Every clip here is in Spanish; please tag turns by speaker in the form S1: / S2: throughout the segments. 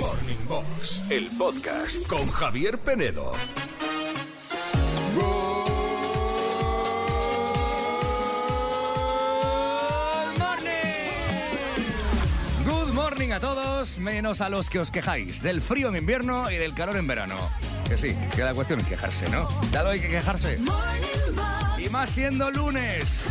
S1: Morning Box, el podcast con Javier Penedo.
S2: Good morning a todos, menos a los que os quejáis del frío en invierno y del calor en verano. Que sí, que la cuestión es quejarse, ¿no? Dado hay que quejarse. Y más siendo lunes.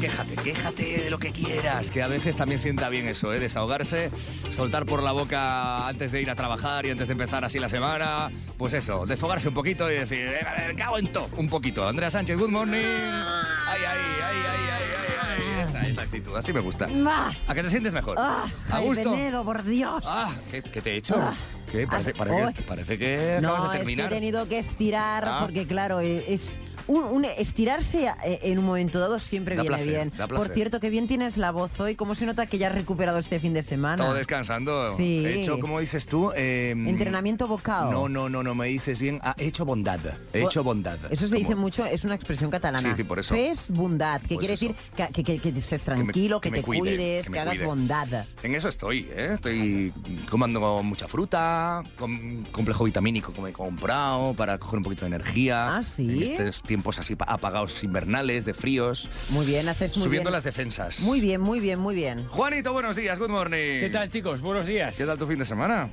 S2: Quéjate, quéjate de lo que quieras, que a veces también sienta bien eso, ¿eh? desahogarse, soltar por la boca antes de ir a trabajar y antes de empezar así la semana, pues eso, desfogarse un poquito y decir, "Eh, me cago en todo, un poquito. Andrea Sánchez, good morning. Ay, ay, ay, ay, ay, ay, ay. Esa es la actitud, así me gusta.
S3: Ah,
S2: ¿A que te sientes mejor?
S3: ah,
S2: ¿A
S3: Jaime
S2: gusto?
S3: Penedo, por Dios.
S2: Ah, ¿qué, qué te he hecho?
S3: Ah.
S2: ¿Qué? Parece,
S3: Ah,
S2: parece,
S3: hoy.
S2: que, parece que acabas
S3: no,
S2: de
S3: es que he
S2: terminar.
S3: tenido que estirar
S2: Ah.
S3: porque, claro, eh, es un, un- estirarse eh, en un momento dado siempre
S2: Da
S3: viene
S2: placer,
S3: bien.
S2: da placer.
S3: Por cierto, que bien tienes la voz hoy. ¿Cómo se nota que ya has recuperado este fin de semana?
S2: Todo descansando.
S3: Sí.
S2: He hecho, como dices tú? Eh,
S3: Entrenamiento vocado.
S2: No, no, no, no, me dices bien. Ah, he hecho bondad. He hecho bondad.
S3: Eso se
S2: Como-
S3: dice mucho, es una expresión catalana.
S2: Sí, sí, por eso.
S3: Fes bondad, que
S2: Pues
S3: quiere
S2: eso.
S3: decir que, que- que- que estés tranquilo, que,
S2: que me
S3: te
S2: cuide,
S3: cuides,
S2: que
S3: que,
S2: me
S3: hagas
S2: cuide.
S3: bondad.
S2: En eso estoy, ¿eh? Estoy comiendo mucha fruta, con complejo vitamínico que me he comprado para coger un poquito de energía.
S3: Ah, ¿sí?
S2: En estos tiempos así pa- apagados invernales, de fríos.
S3: Muy bien, haces muy
S2: subiendo
S3: bien.
S2: las defensas.
S3: Muy bien, muy bien, muy bien.
S2: Juanito, buenos días, good morning.
S4: ¿Qué tal, chicos? Buenos días.
S2: ¿Qué tal tu fin de semana?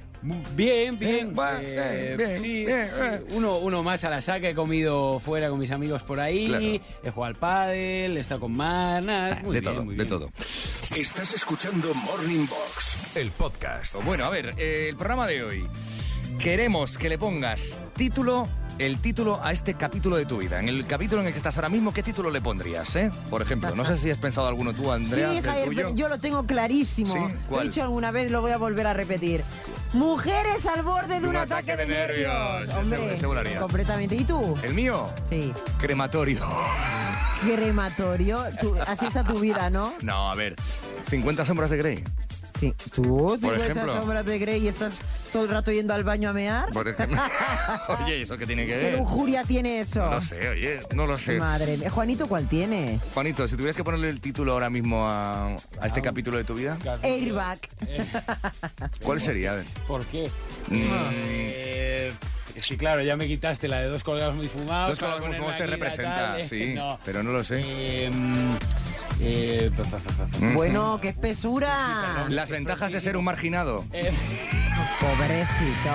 S2: Bien,
S4: Bien, bien.
S2: bueno, bien, bien,
S4: sí,
S2: bien, eh.
S4: sí.
S2: bien.
S4: Uno, uno más a la saca. He comido fuera con mis amigos por ahí.
S2: Claro. Ah,
S4: He jugado al pádel, he estado con Manas.
S2: de todo, de todo.
S1: Estás escuchando Morning Box, el podcast.
S2: Bueno, a ver, eh, el programa de hoy. Queremos que le pongas título, el título a este capítulo de tu vida. En el capítulo en el que estás ahora mismo, ¿qué título le pondrías, eh? Por ejemplo, no sé si has pensado alguno tú, Andrea,
S3: sí,
S2: del
S3: Javier,
S2: tuyo.
S3: pero yo lo tengo clarísimo.
S2: ¿Sí?
S3: Lo he
S2: ¿Cuál?
S3: dicho alguna vez, lo voy a volver a repetir. Mujeres al borde de un, ataque, de nervios.
S2: Ese-
S3: Hombre,
S2: ese volaría.
S3: completamente. ¿Y tú?
S2: El mío,
S3: Sí.
S2: crematorio.
S3: Crematorio. Tú- así está tu vida, ¿no?
S2: No, a ver, 50 sombras de Grey.
S3: Sí. ¿Tú?
S2: Por
S3: 50
S2: ejemplo.
S3: sombras de Grey y estás todo el rato yendo al baño a mear?
S2: Por ejemplo. oye, ¿eso qué tiene que
S3: ¿Qué
S2: ver?
S3: lujuria tiene eso?
S2: eh. No lo sé, oye, no lo sé.
S3: Madre mía. Juanito, ¿cuál tiene?
S2: Juanito, si tuvieras que ponerle el título ahora mismo a, a este capítulo de tu vida,
S3: Airbag.
S2: ¿cuál sería? A ver.
S4: ¿Por qué?
S2: Mm.
S4: Eh, es que claro, ya me quitaste la de dos colgados muy fumados.
S2: Dos
S4: para
S2: colgados muy
S4: ponerme
S2: fumados te
S4: aquí, tal,
S2: representa,
S4: tal, eh,
S2: sí, pero no lo sé.
S4: Eh, mm, eh, pa, pa, pa, pa.
S2: Mm.
S3: Bueno, qué espesura.
S2: Las ventajas de ser un marginado.
S4: Eh,
S3: Pobrecito.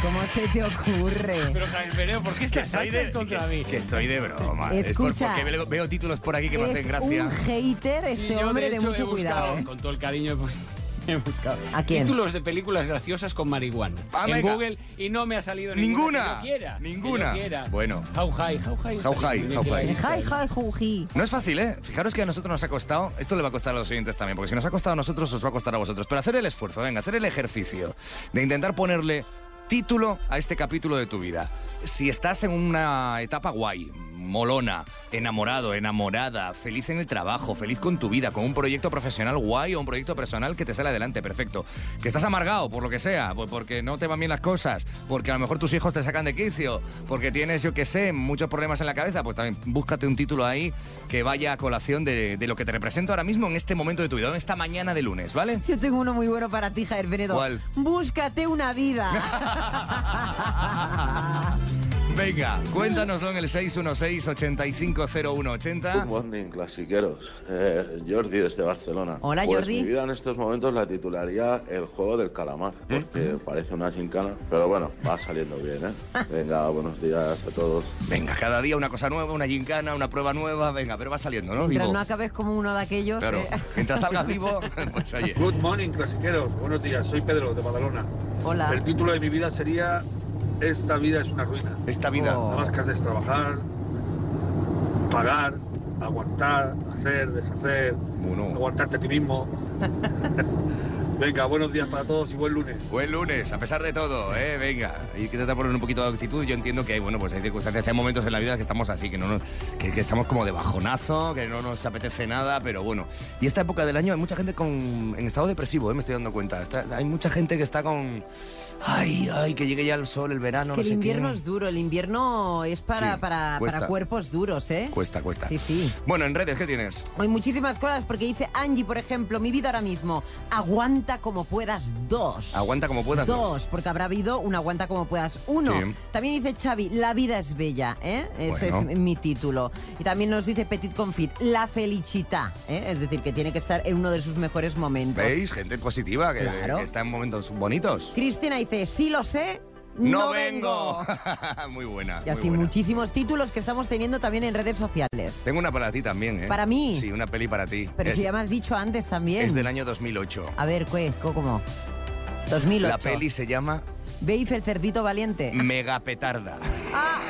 S3: ¿Cómo se te ocurre?
S4: pero Javier, Peredo, ¿por qué estás antes contra
S2: que-
S4: mí?
S2: que estoy de broma. Es por-
S3: Escucha.
S2: porque veo, veo títulos por aquí que me
S3: es
S2: hacen gracia.
S3: un hater
S4: Sí,
S3: este
S4: yo,
S3: hombre de,
S4: hecho, he
S3: mucho cuidado.
S4: buscado,
S3: ¿eh?
S4: Con todo el cariño he bus- he buscado.
S3: ¿A quién?
S4: Títulos de películas graciosas con marihuana.
S2: Ah,
S4: en
S2: venga.
S4: Google y no me ha salido
S2: Ninguna.
S4: ninguna. que yo quiera, que yo
S2: Ninguna.
S4: quiera.
S2: Bueno.
S4: How high, how high.
S2: How high,
S4: Muy bien
S2: how
S4: que la
S2: high.
S4: he visto,
S3: Hi,
S4: ¿eh?
S3: hi, juji.
S2: No es fácil, ¿eh? Fijaros que a nosotros nos ha costado, esto le va a costar a los oyentes también, porque si nos ha costado a nosotros, os va a costar a vosotros. Pero hacer el esfuerzo, venga, hacer el ejercicio de intentar ponerle título a este capítulo de tu vida. Si estás en una etapa guay, molona, enamorado, enamorada, feliz en el trabajo, feliz con tu vida, con un proyecto profesional guay o un proyecto personal que te sale adelante, perfecto. Que estás amargado por lo que sea, pues porque no te van bien las cosas, porque a lo mejor tus hijos te sacan de quicio, porque tienes, yo qué sé, muchos problemas en la cabeza, pues también búscate un título ahí que vaya a colación de, de lo que te representa ahora mismo en este momento de tu vida, en esta mañana de lunes, ¿vale?
S3: Yo tengo uno muy bueno para ti, Javier Venedo.
S2: ¿Cuál?
S3: Búscate una vida.
S2: Venga, cuéntanoslo en el 616-850180. Uh,
S5: Good morning, clasiqueros. Eh, Jordi desde Barcelona.
S3: Hola,
S5: Pues
S3: Jordi.
S5: Mi vida en estos momentos la titularía El juego del calamar, porque parece una chincana, pero bueno, va saliendo bien, ¿eh? Venga, buenos días a todos.
S2: Venga, cada día una cosa nueva, una gincana, una prueba nueva, venga, pero va saliendo, ¿no?
S3: Mientras
S2: Vivo.
S3: no acabes como uno de aquellos.
S2: Claro,
S3: eh.
S2: mientras salgas vivo, pues oye.
S6: Good morning, clasiqueros. Buenos días, soy Pedro de Badalona.
S3: Hola.
S6: El título de mi vida sería Esta vida es una ruina.
S2: Esta vida.
S3: Oh.
S6: Nada más que haces trabajar, pagar, aguantar, hacer, deshacer,
S2: Bueno.
S6: aguantarte a ti mismo. Venga, buenos días para todos y buen lunes.
S2: Buen lunes, a pesar de todo, ¿eh? venga. Hay que tratar de poner un poquito de actitud. Yo entiendo que hay, bueno, pues hay circunstancias, hay momentos en la vida que estamos así, que, no nos- que, que estamos como de bajonazo, que no nos apetece nada, pero bueno. Y esta época del año hay mucha gente con, en estado depresivo, ¿eh? me estoy dando cuenta. Está- hay mucha gente que está con... Ay, ay, que llegue ya el sol, el
S3: Es
S2: verano,
S3: que
S2: no
S3: el
S2: sé
S3: invierno
S2: qué.
S3: es duro, el invierno es para,
S2: Sí,
S3: para, para
S2: cuesta.
S3: cuerpos duros, ¿eh?
S2: Cuesta, cuesta.
S3: Sí, sí.
S2: Bueno, en redes, ¿qué tienes?
S3: Hay muchísimas cosas porque dice Angie, por ejemplo, mi vida ahora mismo, aguanta como puedas dos.
S2: Aguanta como puedas
S3: Dos,
S2: dos.
S3: porque habrá habido un aguanta como puedas uno.
S2: Sí.
S3: También dice Xavi, la vida es bella, ¿eh? Ese
S2: Bueno.
S3: es mi título. Y también nos dice Petit Confit, la felicidad, ¿eh? Es decir, que tiene que estar en uno de sus mejores momentos.
S2: ¿Veis? Gente positiva que,
S3: Claro.
S2: que está en momentos bonitos.
S3: Cristina dice, sí lo sé,
S2: ¡No, vengo! muy buena.
S3: Y
S2: muy
S3: así
S2: buena.
S3: muchísimos títulos que estamos teniendo también en redes sociales.
S2: Tengo una para ti también, ¿eh?
S3: ¿Para mí?
S2: Sí, una peli para ti.
S3: Pero
S2: es,
S3: si ya me has dicho antes también.
S2: es del año 2008.
S3: A ver, ¿qué? ¿Cómo? 2008.
S2: La peli se llama
S3: Beif el cerdito valiente.
S2: Megapetarda.
S3: ¡Ah!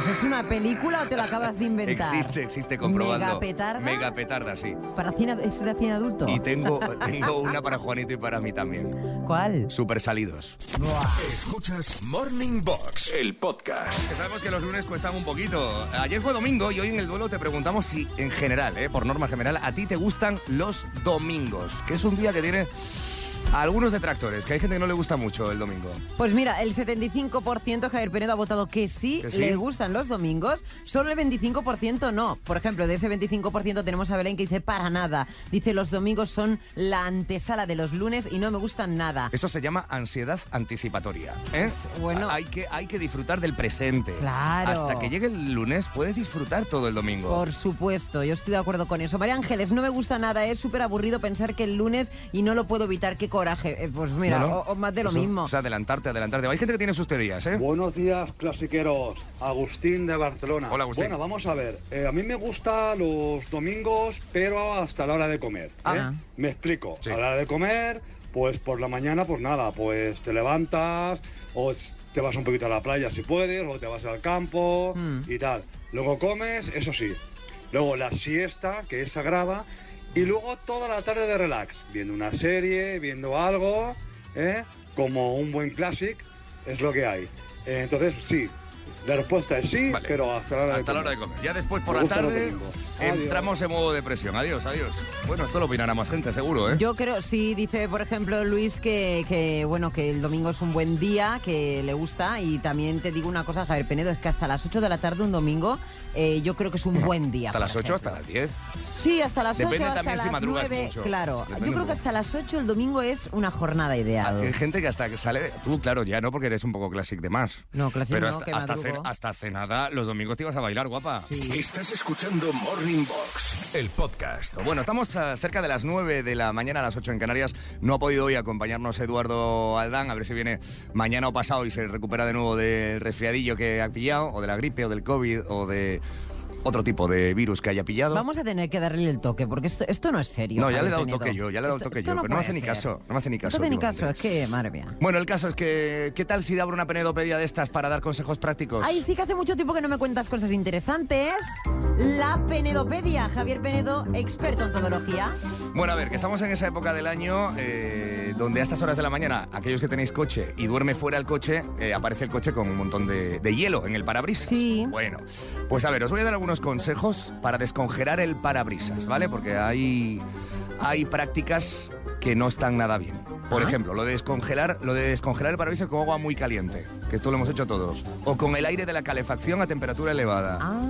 S3: ¿Eso es una película o te la acabas de inventar?
S2: Existe, existe, comprobando.
S3: ¿Megapetarda?
S2: Megapetarda, sí.
S3: ¿Para cien, ¿Es de cien adulto?
S2: Y tengo, tengo una para Juanito y para mí también.
S3: ¿Cuál?
S2: Super salidos.
S1: Escuchas Morning Box, el podcast.
S2: Que sabemos que los lunes cuestan un poquito. Ayer fue domingo y hoy en el duelo te preguntamos si, en general, eh, por norma general, a ti te gustan los domingos, que es un día que tiene algunos detractores, que hay gente que no le gusta mucho el domingo.
S3: Pues mira, el 75% Javier Penedo ha votado que sí,
S2: ¿Que sí?
S3: le gustan los domingos, solo el 25% no. Por ejemplo, de ese 25% tenemos a Belén que dice para nada. Dice los domingos son la antesala de los lunes y no me gustan nada.
S2: Eso se llama ansiedad anticipatoria. ¿eh?
S3: Pues, bueno.
S2: Hay que, hay que disfrutar del presente.
S3: Claro.
S2: Hasta que llegue el lunes puedes disfrutar todo el domingo.
S3: Por supuesto, yo estoy de acuerdo con eso. María Ángeles, no me gusta nada, es súper aburrido pensar que el lunes y no lo puedo evitar, qué coraje. Eh, pues mira,
S2: No, no.
S3: o- o más de lo
S2: Eso,
S3: mismo.
S2: O sea, adelantarte, adelantarte. Hay gente que tiene sus teorías, ¿eh?
S7: Buenos días, clasiqueros. Agustín de Barcelona.
S2: Hola, Agustín.
S7: Bueno, vamos a ver. Eh, a mí me gusta los domingos, pero hasta la hora de comer. ¿eh?
S3: Ah.
S7: Me explico.
S2: Sí.
S7: A la hora de comer, pues por la mañana, pues nada, pues te levantas o s- te vas un poquito a la playa si puedes, o te vas al campo
S2: Hmm.
S3: Mm.
S7: y tal. Luego comes, eso sí. Luego la siesta, que es sagrada. Y luego toda la tarde de relax, viendo una serie, viendo algo, ¿eh? como un buen classic, es lo que hay. Eh, Entonces, sí, la respuesta es sí,
S2: Vale.
S7: pero hasta la hora
S2: Hasta
S7: de
S2: la hora de
S7: comer.
S2: comer. Ya después por
S7: Me
S2: la
S7: gusta lo que
S2: tarde
S7: tengo. Adiós.
S2: entramos en modo depresión. Adiós, adiós. Bueno, esto lo opinará más gente, seguro, ¿eh?
S3: Yo creo, sí, dice por ejemplo Luis que, que, bueno, que el domingo es un buen día, que le gusta y también te digo una cosa, Javier Penedo, es que hasta las 8 de la tarde un domingo eh, yo creo que es un buen día.
S2: hasta
S3: por
S2: las 8,
S3: ejemplo.
S2: hasta las 10.
S3: Sí, hasta las 8,
S2: Depende
S3: hasta
S2: también si
S3: las
S2: madrugas
S3: 9,
S2: mucho.
S3: claro.
S2: Depende
S3: yo creo
S2: mucho. eh,
S3: que hasta las 8 el domingo es una jornada ideal.
S2: Ah, Hay gente que hasta que sale... Tú, claro, ya no, porque eres un poco classic de más.
S3: No, classic
S2: Pero
S3: no,
S2: hasta,
S3: que
S2: hasta,
S3: madrugo.
S2: cen- hasta cenada, los domingos te ibas a bailar, guapa.
S3: Sí.
S1: Estás escuchando Morning Box, el podcast.
S2: Bueno, estamos eh, cerca de las 9 de la mañana, a las 8 en Canarias. No ha podido hoy acompañarnos Eduardo Aldán, a ver si viene mañana o pasado y se recupera de nuevo del resfriadillo que ha pillado, o de la gripe, o del COVID, o de otro tipo de virus que haya pillado.
S3: Vamos a tener que darle el toque, porque esto, esto no es serio.
S2: No, ya le he
S3: Javier
S2: dado
S3: Penedo.
S2: toque yo, ya le he dado
S3: Esto-
S2: toque
S3: esto
S2: yo, pero no me hace ni
S3: puede ser.
S2: caso, no me hace ni caso,
S3: No hace ni
S2: últimamente.
S3: caso, eh. es que, madre mía.
S2: Bueno, el caso es que, ¿qué tal si da una penedopedia de estas para dar consejos prácticos?
S3: Ay, sí que hace mucho tiempo que no me cuentas cosas interesantes. La Penedopedia. Javier Penedo, experto en todología.
S2: Bueno, a ver, que estamos en esa época del año eh, donde a estas horas de la mañana, aquellos que tenéis coche y duerme fuera el coche, eh, aparece el coche con un montón de, de hielo en el parabrisas.
S3: Sí.
S2: Bueno, pues a ver, os voy a dar algunos consejos para descongelar el parabrisas, ¿vale? Porque hay, hay prácticas que no están nada bien. Por ejemplo, lo de, descongelar, lo de descongelar el parabrisas con agua muy caliente, que esto lo hemos hecho todos, o con el aire de la calefacción a temperatura elevada.
S3: Ah.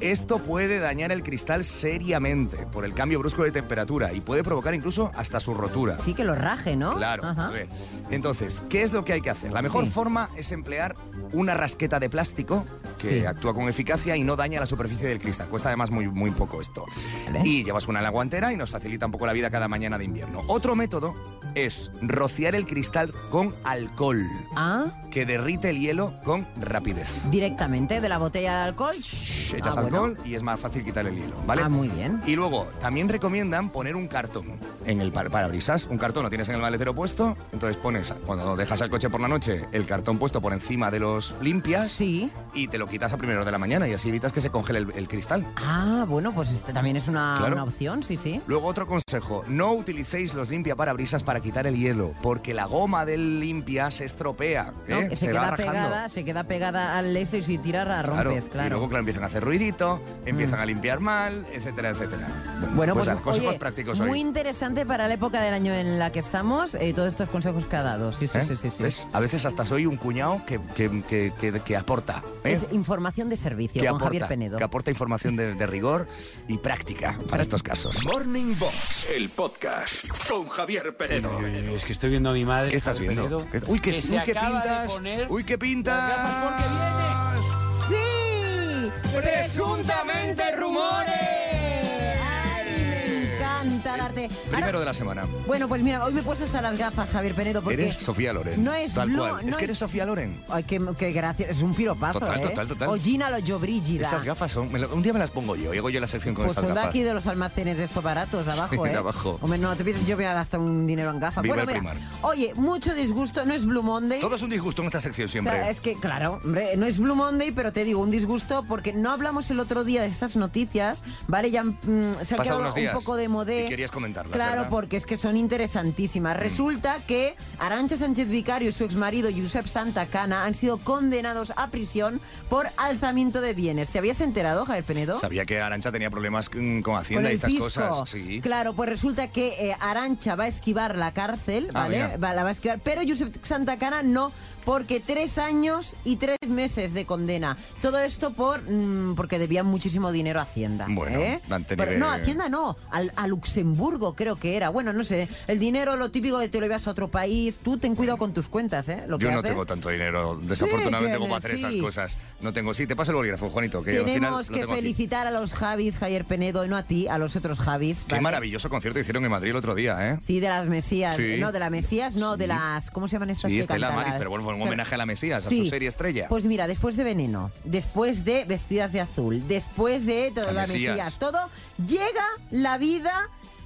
S2: Esto puede dañar el cristal seriamente por el cambio brusco de temperatura y puede provocar incluso hasta su rotura.
S3: Sí, que lo raje, ¿no?
S2: Claro,
S3: Ajá.
S2: a ver. Entonces, ¿qué es lo que hay que hacer? La mejor
S3: Sí.
S2: forma es emplear una rasqueta de plástico que
S3: Sí.
S2: actúa con eficacia y no daña la superficie del cristal. Cuesta además muy, muy poco esto.
S3: Vale.
S2: Y llevas una en la guantera y nos facilita un poco la vida cada mañana de invierno. Otro método es rociar el cristal con alcohol,
S3: Ah,
S2: que derrite el hielo con rapidez.
S3: directamente de la botella de alcohol.
S2: Shh, Echas
S3: Ah, bueno.
S2: alcohol y es más fácil quitar el hielo, ¿vale?
S3: Ah, muy bien.
S2: Y luego, también recomiendan poner un cartón en el par- parabrisas. Un cartón lo tienes en el maletero puesto, entonces pones, cuando dejas el coche por la noche, el cartón puesto por encima de los limpias
S3: Sí.
S2: y te lo quitas a primera hora de la mañana y así evitas que se congele el, el cristal.
S3: Ah, bueno, pues este también es una,
S2: Claro.
S3: una opción, sí, sí.
S2: Luego otro consejo, no utilicéis los limpiaparabrisas para quitar el hielo, porque la goma del limpia se estropea,
S3: No,
S2: ¿eh?
S3: que se,
S2: va
S3: queda
S2: rajando.
S3: pegada, se queda pegada al eso y si tiras la rompes,
S2: Y luego,
S3: claro.
S2: claro, empiezan a hacer ruidito, empiezan
S3: Mm.
S2: a limpiar mal, etcétera, etcétera.
S3: Bueno,
S2: pues,
S3: pues
S2: nada, consejos
S3: oye,
S2: prácticos
S3: muy
S2: hoy.
S3: interesante interesante para la época del año en la que estamos, eh, todos estos consejos que ha dado. Sí, sí,
S2: ¿eh?
S3: sí, sí. sí.
S2: ¿Ves? A veces hasta soy un cuñado que, que- que- que- que aporta. ¿eh?
S3: Es información de servicio
S2: que
S3: con
S2: aporta,
S3: Javier Penedo.
S2: que aporta información de, de rigor y práctica para estos casos.
S1: Morning Box, el podcast con Javier Penedo.
S4: Eh, Es que estoy viendo a mi madre.
S2: ¿Qué estás
S4: Javier
S2: viendo?
S4: Penedo,
S2: ¿Qué- uy, qué-
S4: que se
S2: uy, qué
S4: acaba de
S2: pintas,
S4: poner
S2: uy, qué
S4: las
S2: pintas.
S4: gafas porque viene.
S3: ¡Sí!
S4: Presuntamente rumores.
S3: ¡Ay, me encanta el arte! Ahora-
S2: Primero de la semana.
S3: Bueno, pues mira, hoy me he puesto hasta las gafas, Javier Penedo, porque...
S2: Eres Sofía Loren.
S3: No es
S2: Tal
S3: blo-
S2: cual.
S3: no
S2: es que eres Sofía Loren.
S3: Ay, qué, qué gracia. Es un piropazo,
S2: Total,
S3: ¿eh?
S2: total, total.
S3: O Gina lo Brígida.
S2: Esas gafas son. me la- un día me las pongo yo. Llego yo a la sección con
S3: Pues
S2: esas
S3: son de
S2: gafas.
S3: aquí de los almacenes de estos baratos, de abajo,
S2: de
S3: ¿eh?
S2: abajo.
S3: Hombre, no, te pienses, yo voy a gastar un dinero en gafas.
S2: Viva
S3: bueno,
S2: el
S3: mira,
S2: Primar.
S3: oye, mucho disgusto, no es Blue Monday.
S2: Todo es un disgusto en esta sección
S3: O
S2: siempre.
S3: sea, es que, claro, hombre, no es Blue Monday, pero te digo, un disgusto porque no hablamos el otro día de estas noticias, ¿vale? Ya mm, se ha
S2: Pasado
S3: quedado
S2: unos días.
S3: un poco de modé.
S2: Y querías comentarlas,
S3: Claro,
S2: ¿verdad? Mm.
S3: porque es que son interesantísimas. Resulta que Arancha Sánchez Vicario y su exmarido Josep Santa Cana han sido condenados a prisión por alzamiento de bienes. ¿Te habías enterado, Javier Penedo?
S2: Sabía que Arancha tenía problemas mm, con Hacienda
S3: Con
S2: y
S3: el
S2: estas
S3: fisco.
S2: cosas. Sí.
S3: Claro, pues resulta que Arancha va a esquivar la cárcel,
S2: Ah,
S3: ¿vale?
S2: mira.
S3: Va- la va a esquivar, pero Josep Santacana no, porque tres años y tres meses de condena. Todo esto por mm, porque debían muchísimo dinero a Hacienda.
S2: Bueno,
S3: ¿eh?
S2: han tenido-
S3: Pero no, a Hacienda no, al, a Luxemburgo creo que era. Bueno, no sé, el dinero lo típico de te lo llevas a otro país. Tú ten cuidado con tus cuentas, ¿eh? Lo
S2: Yo
S3: que
S2: no
S3: haces.
S2: tengo tanto dinero, desafortunadamente, como
S3: tienes,
S2: para hacer esas
S3: sí.
S2: cosas. No tengo. Sí, te paso el bolígrafo, Juanito. Que al final lo
S3: Tenemos que
S2: tengo aquí.
S3: felicitar a los Javis, Javier Penedo, y no a ti, a los otros Javis.
S2: Qué
S3: ¿vale?
S2: maravilloso concierto hicieron en Madrid el otro día, ¿eh?
S3: Sí, de las Mesías.
S2: Sí.
S3: No, de las Mesías, no, de
S2: Sí.
S3: las. ¿Cómo se llaman estas
S2: Sí,
S3: que
S2: Estela
S3: cantan?
S2: Maris,
S3: Las-
S2: pero bueno, fue un
S3: Estela-
S2: homenaje a la Mesías, a
S3: Sí.
S2: su serie estrella.
S3: Pues mira, después de Veneno, después de Vestidas de Azul, después de toda
S2: La
S3: la,
S2: Mesías.
S3: Mesías. todo, llega la vida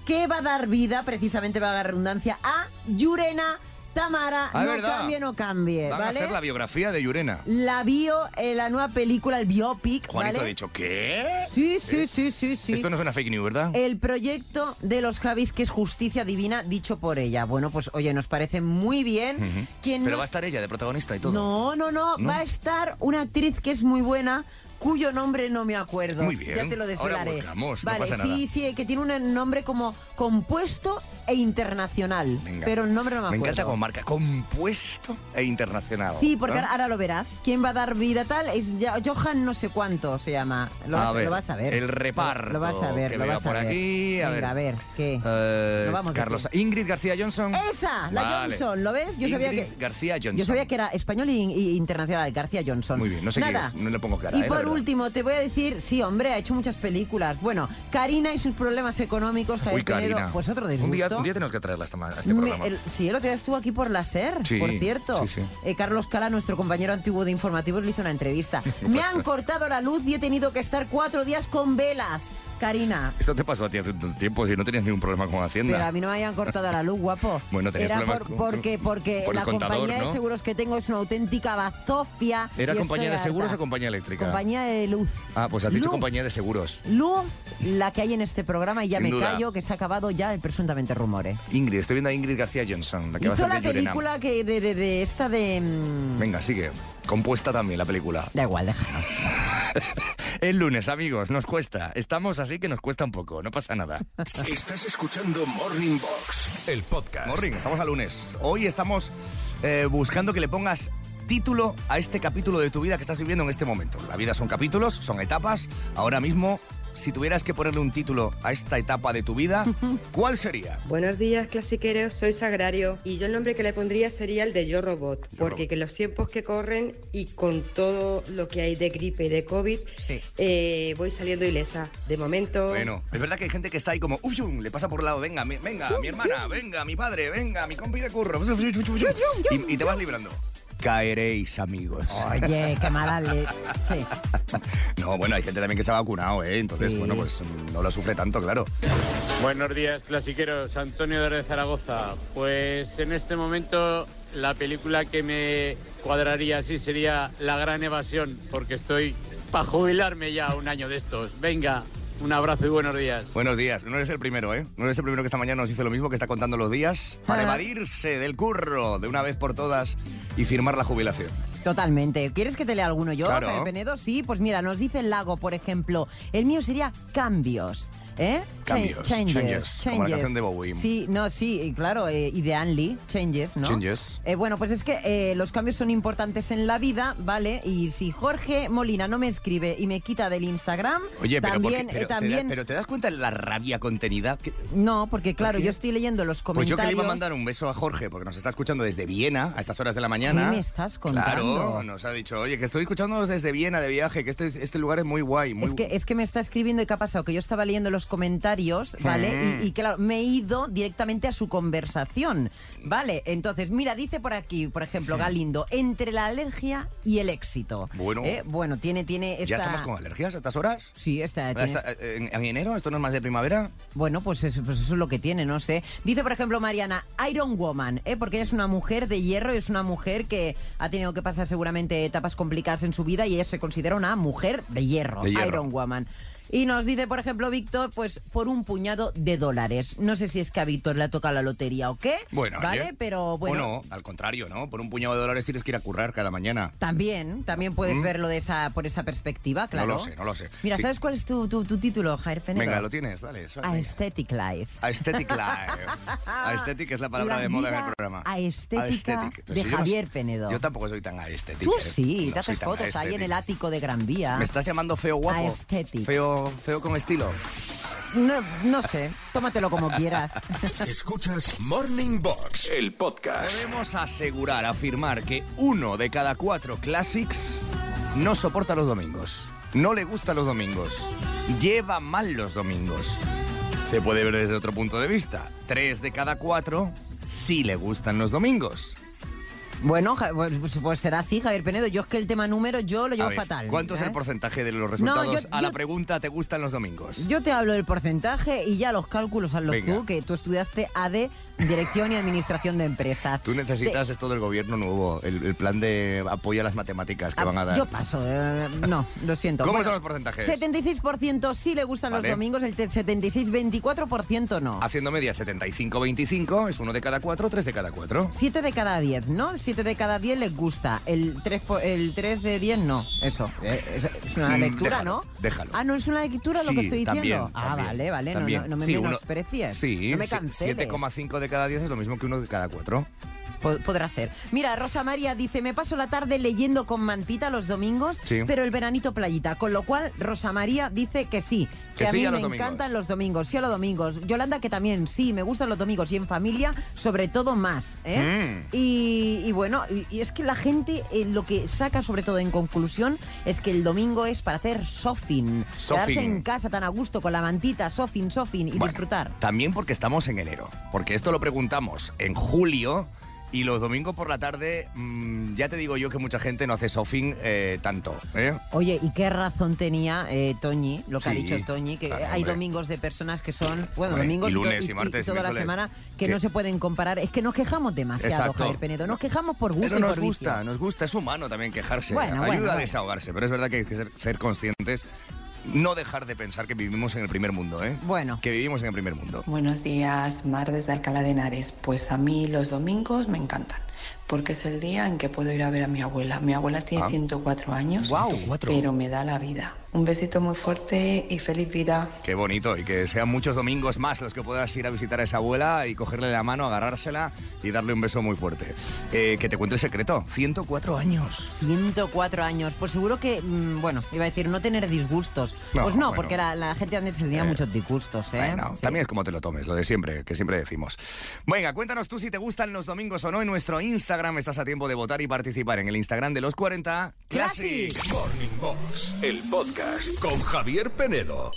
S3: que va a dar vida, precisamente va a dar redundancia, a Yurena Tamara.
S2: Ah,
S3: no
S2: verdad.
S3: cambie, no cambie.
S2: Van a
S3: ¿vale?
S2: hacer la biografía de Yurena.
S3: La bio, eh, la nueva película, el biopic.
S2: Juanito
S3: ¿vale?
S2: ha dicho, ¿qué?
S3: Sí, sí, sí, sí, sí. Eh,
S2: Esto no es una fake news, ¿verdad?
S3: El proyecto de los Javis, que es justicia divina, dicho por ella. Bueno, pues oye, nos parece muy bien.
S2: Ujú.
S3: Quien
S2: Pero
S3: no
S2: va a estar ella de protagonista y todo.
S3: no, no, no,
S2: ¿No?
S3: Va a estar una actriz que es muy buena cuyo nombre no me acuerdo.
S2: Muy bien.
S3: Ya te lo
S2: Ahora
S3: desvelaré.
S2: buscamos, no
S3: vale,
S2: pasa nada.
S3: sí, sí, que tiene un nombre como compuesto e internacional.
S2: Venga.
S3: Pero el nombre no me
S2: Me
S3: acuerdo.
S2: encanta como marca compuesto e internacional. ¿Ah?
S3: Sí, porque
S2: ¿no?
S3: ahora, ahora lo verás. ¿Quién va a dar vida tal? Es ya- Johan no sé cuánto se llama. Lo,
S2: A
S3: vas,
S2: ver,
S3: lo vas a ver.
S2: el
S3: Lo-
S2: reparto
S3: Lo, vas a ver,
S2: que
S3: lo
S2: vea
S3: vas
S2: por
S3: a ver.
S2: aquí, a
S3: Venga,
S2: ver.
S3: a ver, ¿qué?
S2: Eh,
S3: Nos vamos de
S2: Carlos,
S3: aquí.
S2: Ingrid García Johnson.
S3: Esa, la
S2: Vale.
S3: Johnson, ¿lo ves? Yo sabía
S2: Ingrid
S3: que
S2: García Johnson.
S3: Yo sabía que era español y, y internacional, García Johnson.
S2: Muy bien, no sé
S3: Nada.
S2: quién es, no le pongo cara,
S3: Y
S2: eh, la
S3: por
S2: verdad.
S3: último, te voy a decir, sí, hombre, ha hecho muchas películas. Bueno, Karina y sus problemas económicos, Javier
S2: Uy,
S3: Penedo,
S2: Karina.
S3: pues otro
S2: Un día,
S3: disgusto.
S2: un día tenemos que traerla a esta- a este
S3: Me-
S2: programa.
S3: el- sí, el otro día estuvo aquí por la SER,
S2: Sí,
S3: por cierto.
S2: sí, sí.
S3: Eh, Carlos Cala, nuestro compañero antiguo de informativos, le hizo una entrevista. Me han cortado la luz y he tenido que estar cuatro días con velas. Karina,
S2: Eso te pasó a ti hace un tiempo, si no tenías ningún problema con Hacienda.
S3: Pero a mí no me habían cortado la luz, guapo.
S2: Bueno, tenías
S3: Era
S2: problemas
S3: por-
S2: con-
S3: porque, porque
S2: por el
S3: la
S2: contador,
S3: compañía
S2: ¿no?
S3: de seguros que tengo es una auténtica bazofia.
S2: ¿Era
S3: y
S2: compañía
S3: estoy
S2: de
S3: harta.
S2: seguros o compañía eléctrica?
S3: Compañía de luz.
S2: Ah, pues has dicho
S3: Luz.
S2: compañía de seguros.
S3: Luz, la que hay en este programa, y ya
S2: Sin
S3: me
S2: duda.
S3: callo, que se ha acabado ya el presuntamente rumores.
S2: Ingrid, estoy viendo a Ingrid García Johnson, la que va a
S3: Hizo
S2: hacer
S3: la
S2: de Llorena.
S3: película que de, de- de esta de. mm,
S2: Venga, sigue. Compuesta también la película.
S3: Da igual, déjalo.
S2: El lunes, amigos, nos cuesta. Estamos así que nos cuesta un poco, no pasa nada.
S1: Estás escuchando Morning Box, el podcast.
S2: Morning, estamos a lunes. Hoy estamos eh, buscando que le pongas título a este capítulo de tu vida que estás viviendo en este momento. La vida son capítulos, son etapas. Ahora mismo, si tuvieras que ponerle un título a esta etapa de tu vida, ¿cuál sería?
S8: Buenos días, clasiqueros. Soy Sagrario y yo el nombre que le pondría sería el de Yo Robot, porque que los tiempos que corren y con todo lo que hay de gripe y de COVID,
S3: Sí.
S8: eh, voy saliendo ilesa. De momento.
S2: Bueno, es verdad que hay gente que está ahí como, uy, um", le pasa por el lado, venga, mi, venga, mi hermana, venga, mi padre, venga, mi compi de curro. Y, y te vas librando. Caeréis, amigos.
S3: Oye, qué mala leche.
S2: No, bueno, hay gente también que se ha vacunado, ¿eh? Entonces,
S3: Sí.
S2: bueno, pues no lo sufre tanto, claro.
S4: Buenos días, clasiqueros. Antonio de Zaragoza. Pues en este momento la película que me cuadraría así sería La Gran Evasión, porque estoy para jubilarme ya un año de estos. Venga, un abrazo y buenos días.
S2: Buenos días. No eres el primero, ¿eh? No eres el primero que esta mañana nos hizo lo mismo, que está contando los días para
S3: Ah.
S2: evadirse del curro de una vez por todas y firmar la jubilación.
S3: Totalmente. ¿Quieres que te lea alguno yo,
S2: Claro.
S3: Javier Penedo? Sí, pues mira, nos dice el lago, por ejemplo. El mío sería cambios. ¿Eh? Cha-
S2: Cambios,
S3: Changes.
S2: changes, como la canción de Bowie.
S3: Sí, no, sí, y claro, eh, y de Anne Lee, Changes, ¿no?
S2: Changes.
S3: Eh, bueno, pues es que eh, los cambios son importantes en la vida, ¿vale? Y si Jorge Molina no me escribe y me quita del Instagram,
S2: Oye, pero, porque-
S3: también...
S2: pero
S3: eh,
S2: te da-
S3: también
S2: pero te das cuenta de la rabia contenida. que-
S3: No, porque claro,
S2: qué?
S3: yo estoy leyendo los
S2: Pues
S3: comentarios...
S2: yo que le iba a mandar un beso a Jorge, porque nos está escuchando desde Viena a estas horas de la mañana.
S3: ¿Qué me estás contando?
S2: Claro, nos ha dicho, oye, que estoy escuchándonos desde Viena de viaje, que este, este lugar es muy guay. Muy...
S3: Es que, es que me está escribiendo y qué ha pasado, que yo estaba leyendo los comentarios, ¿vale?
S2: Mm.
S3: Y, y claro, me he ido directamente a su conversación, ¿vale? Entonces, mira, dice por aquí, por ejemplo, Galindo, entre la alergia y el éxito.
S2: Bueno.
S3: Eh, Bueno, tiene, tiene esta...
S2: ¿Ya estamos con alergias a estas horas?
S3: Sí, esta, tiene
S2: Esta- ¿En, en enero? ¿Esto no es más de primavera?
S3: Bueno, pues eso, pues eso es lo que tiene, no sé. Dice, por ejemplo, Mariana, Iron Woman, ¿eh? porque ella es una mujer de hierro, y es una mujer que ha tenido que pasar seguramente etapas complicadas en su vida y ella se considera una mujer de hierro,
S2: De hierro.
S3: Iron Woman. Y nos dice, por ejemplo, Víctor, pues por un puñado de dólares. No sé si es que a Víctor le ha tocado la lotería o qué,
S2: Bueno,
S3: ¿vale?
S2: oye.
S3: Pero bueno,
S2: O no, al contrario, ¿no? Por un puñado de dólares tienes que ir a currar cada mañana.
S3: también, también puedes
S2: ¿Mm?
S3: verlo de esa, por esa perspectiva, claro.
S2: No lo sé, no lo sé.
S3: Mira,
S2: Sí.
S3: ¿sabes cuál es tu, tu- tu título, Jair Penedo?
S2: Venga, lo tienes, dale. suelta.
S3: Aesthetic Life.
S2: Aesthetic Life. Aesthetic es la palabra
S3: La
S2: de moda en el
S3: vida
S2: programa.
S3: aestética
S2: Aesthetic.
S3: de
S2: si yo no-
S3: Javier Penedo.
S2: Yo tampoco soy tan aesthetic.
S3: Tú
S2: ¿eh?
S3: sí,
S2: No
S3: te
S2: soy
S3: haces
S2: tan
S3: fotos ahí
S2: aesthetic.
S3: en el ático de Gran Vía.
S2: ¿Me estás llamando feo guapo?
S3: Aesthetic.
S2: Feo, feo con estilo.
S3: No, no sé, tómatelo como quieras.
S1: Escuchas Morning Box, el podcast.
S2: Podemos asegurar, afirmar que uno de cada cuatro classics no soporta los domingos. No le gusta los domingos. Lleva mal los domingos. Se puede ver desde otro punto de vista. Tres de cada cuatro sí le gustan los domingos.
S3: bueno, Ja- pues, pues será así, Javier Penedo. Yo es que el tema número yo lo
S2: A
S3: llevo
S2: ver,
S3: fatal.
S2: ¿Cuánto es
S3: ¿eh?
S2: el porcentaje de los resultados
S3: yo-
S2: a la
S3: yo-
S2: pregunta ¿te gustan los domingos?
S3: Yo te hablo del porcentaje y ya los cálculos hazlos
S2: Venga.
S3: tú, que tú estudiaste AD, Dirección y Administración de Empresas.
S2: Tú necesitas esto del gobierno nuevo, el, el plan de apoyo a las matemáticas que
S3: Ah,
S2: van a dar.
S3: Yo paso, eh, no, lo siento.
S2: ¿Cómo
S3: Bueno,
S2: son los porcentajes?
S3: 76% sí le gustan
S2: Vale.
S3: los domingos, el te- 76, 24% no.
S2: Haciendo media 75-25, es uno de cada cuatro, tres de cada cuatro.
S3: 7 de cada 10, ¿no? 7 de cada 10 les gusta. El 3, el 3 de 10 no. Eso. eh, Es, es una
S2: Mm,
S3: lectura,
S2: déjalo,
S3: ¿no?
S2: déjalo.
S3: Ah, no es una lectura lo
S2: Sí,
S3: que estoy diciendo.
S2: también,
S3: ah,
S2: también,
S3: vale, vale. No,
S2: también.
S3: no, no me
S2: Sí, uno-
S3: menosprecies.
S2: Sí,
S3: no me
S2: sí,
S3: canceles.
S2: 7,5 de cada 10 es lo mismo que uno de cada cuatro.
S3: Po- Podrá ser. Mira, Rosa María dice, me paso la tarde leyendo con mantita los domingos,
S2: Sí.
S3: pero el veranito playita. Con lo cual, Rosa María dice que sí,
S2: Que
S3: que, a
S2: sí
S3: mí
S2: a los
S3: me
S2: domingos.
S3: encantan los domingos, sí a los domingos. Yolanda que también, sí, me gustan los domingos y en familia, sobre todo más. ¿eh?
S2: Mm.
S3: Y, y bueno, y, y es que la gente eh, lo que saca sobre todo en conclusión es que el domingo es para hacer shopping, quedarse
S2: Shopping.
S3: en casa tan a gusto con la mantita, shopping, shopping y
S2: Bueno,
S3: disfrutar.
S2: También porque estamos en enero, porque esto lo preguntamos en julio y los domingos por la tarde mm, ya te digo yo que mucha gente no hace shopping eh, tanto. ¿eh?
S3: Oye, ¿y qué razón tenía eh, Toñi, lo que ha
S2: Sí,
S3: dicho Toñi, que
S2: claro,
S3: hay
S2: hombre.
S3: domingos de personas que son, bueno,
S2: Hombre,
S3: domingos
S2: y
S3: to-
S2: lunes, y martes, y
S3: toda la
S2: miércoles.
S3: semana, que
S2: Que-
S3: no se pueden comparar? Es que nos quejamos demasiado,
S2: Exacto.
S3: Javier Penedo, nos quejamos por gusto
S2: Pero
S3: y
S2: nos
S3: por vicio.
S2: gusta, nos gusta, es humano también quejarse.
S3: Bueno,
S2: Ayuda
S3: bueno,
S2: a
S3: bueno.
S2: desahogarse, pero es verdad que hay que ser, ser conscientes, no dejar de pensar que vivimos en el primer mundo, ¿eh?
S3: Bueno.
S2: Que vivimos en el primer mundo.
S9: Buenos días, Mar desde Alcalá de Henares. Pues a mí los domingos me encantan, porque es el día en que puedo ir a ver a mi abuela. Mi abuela tiene
S2: Ah.
S9: 104 años,
S2: Guau. 104.
S9: pero me da la vida. Un besito muy fuerte y feliz vida.
S2: Qué bonito y que sean muchos domingos más los que puedas ir a visitar a esa abuela y cogerle la mano, agarrársela y darle un beso muy fuerte. Eh, que te cuente el secreto, 104 años.
S3: 104 años, pues seguro que, mm, bueno, iba a decir no tener disgustos.
S2: No,
S3: pues no,
S2: bueno.
S3: porque la, la gente antes tenía
S2: Eh,
S3: muchos disgustos, ¿eh?
S2: Bueno,
S3: Sí.
S2: también es como te lo tomes, lo de siempre, que siempre decimos. Venga, cuéntanos tú si te gustan los domingos o no en nuestro Instagram. Estás a tiempo de votar y participar en el Instagram de los 40
S3: Classic.
S2: Classic.
S1: Morning Box, el podcast con Javier Penedo.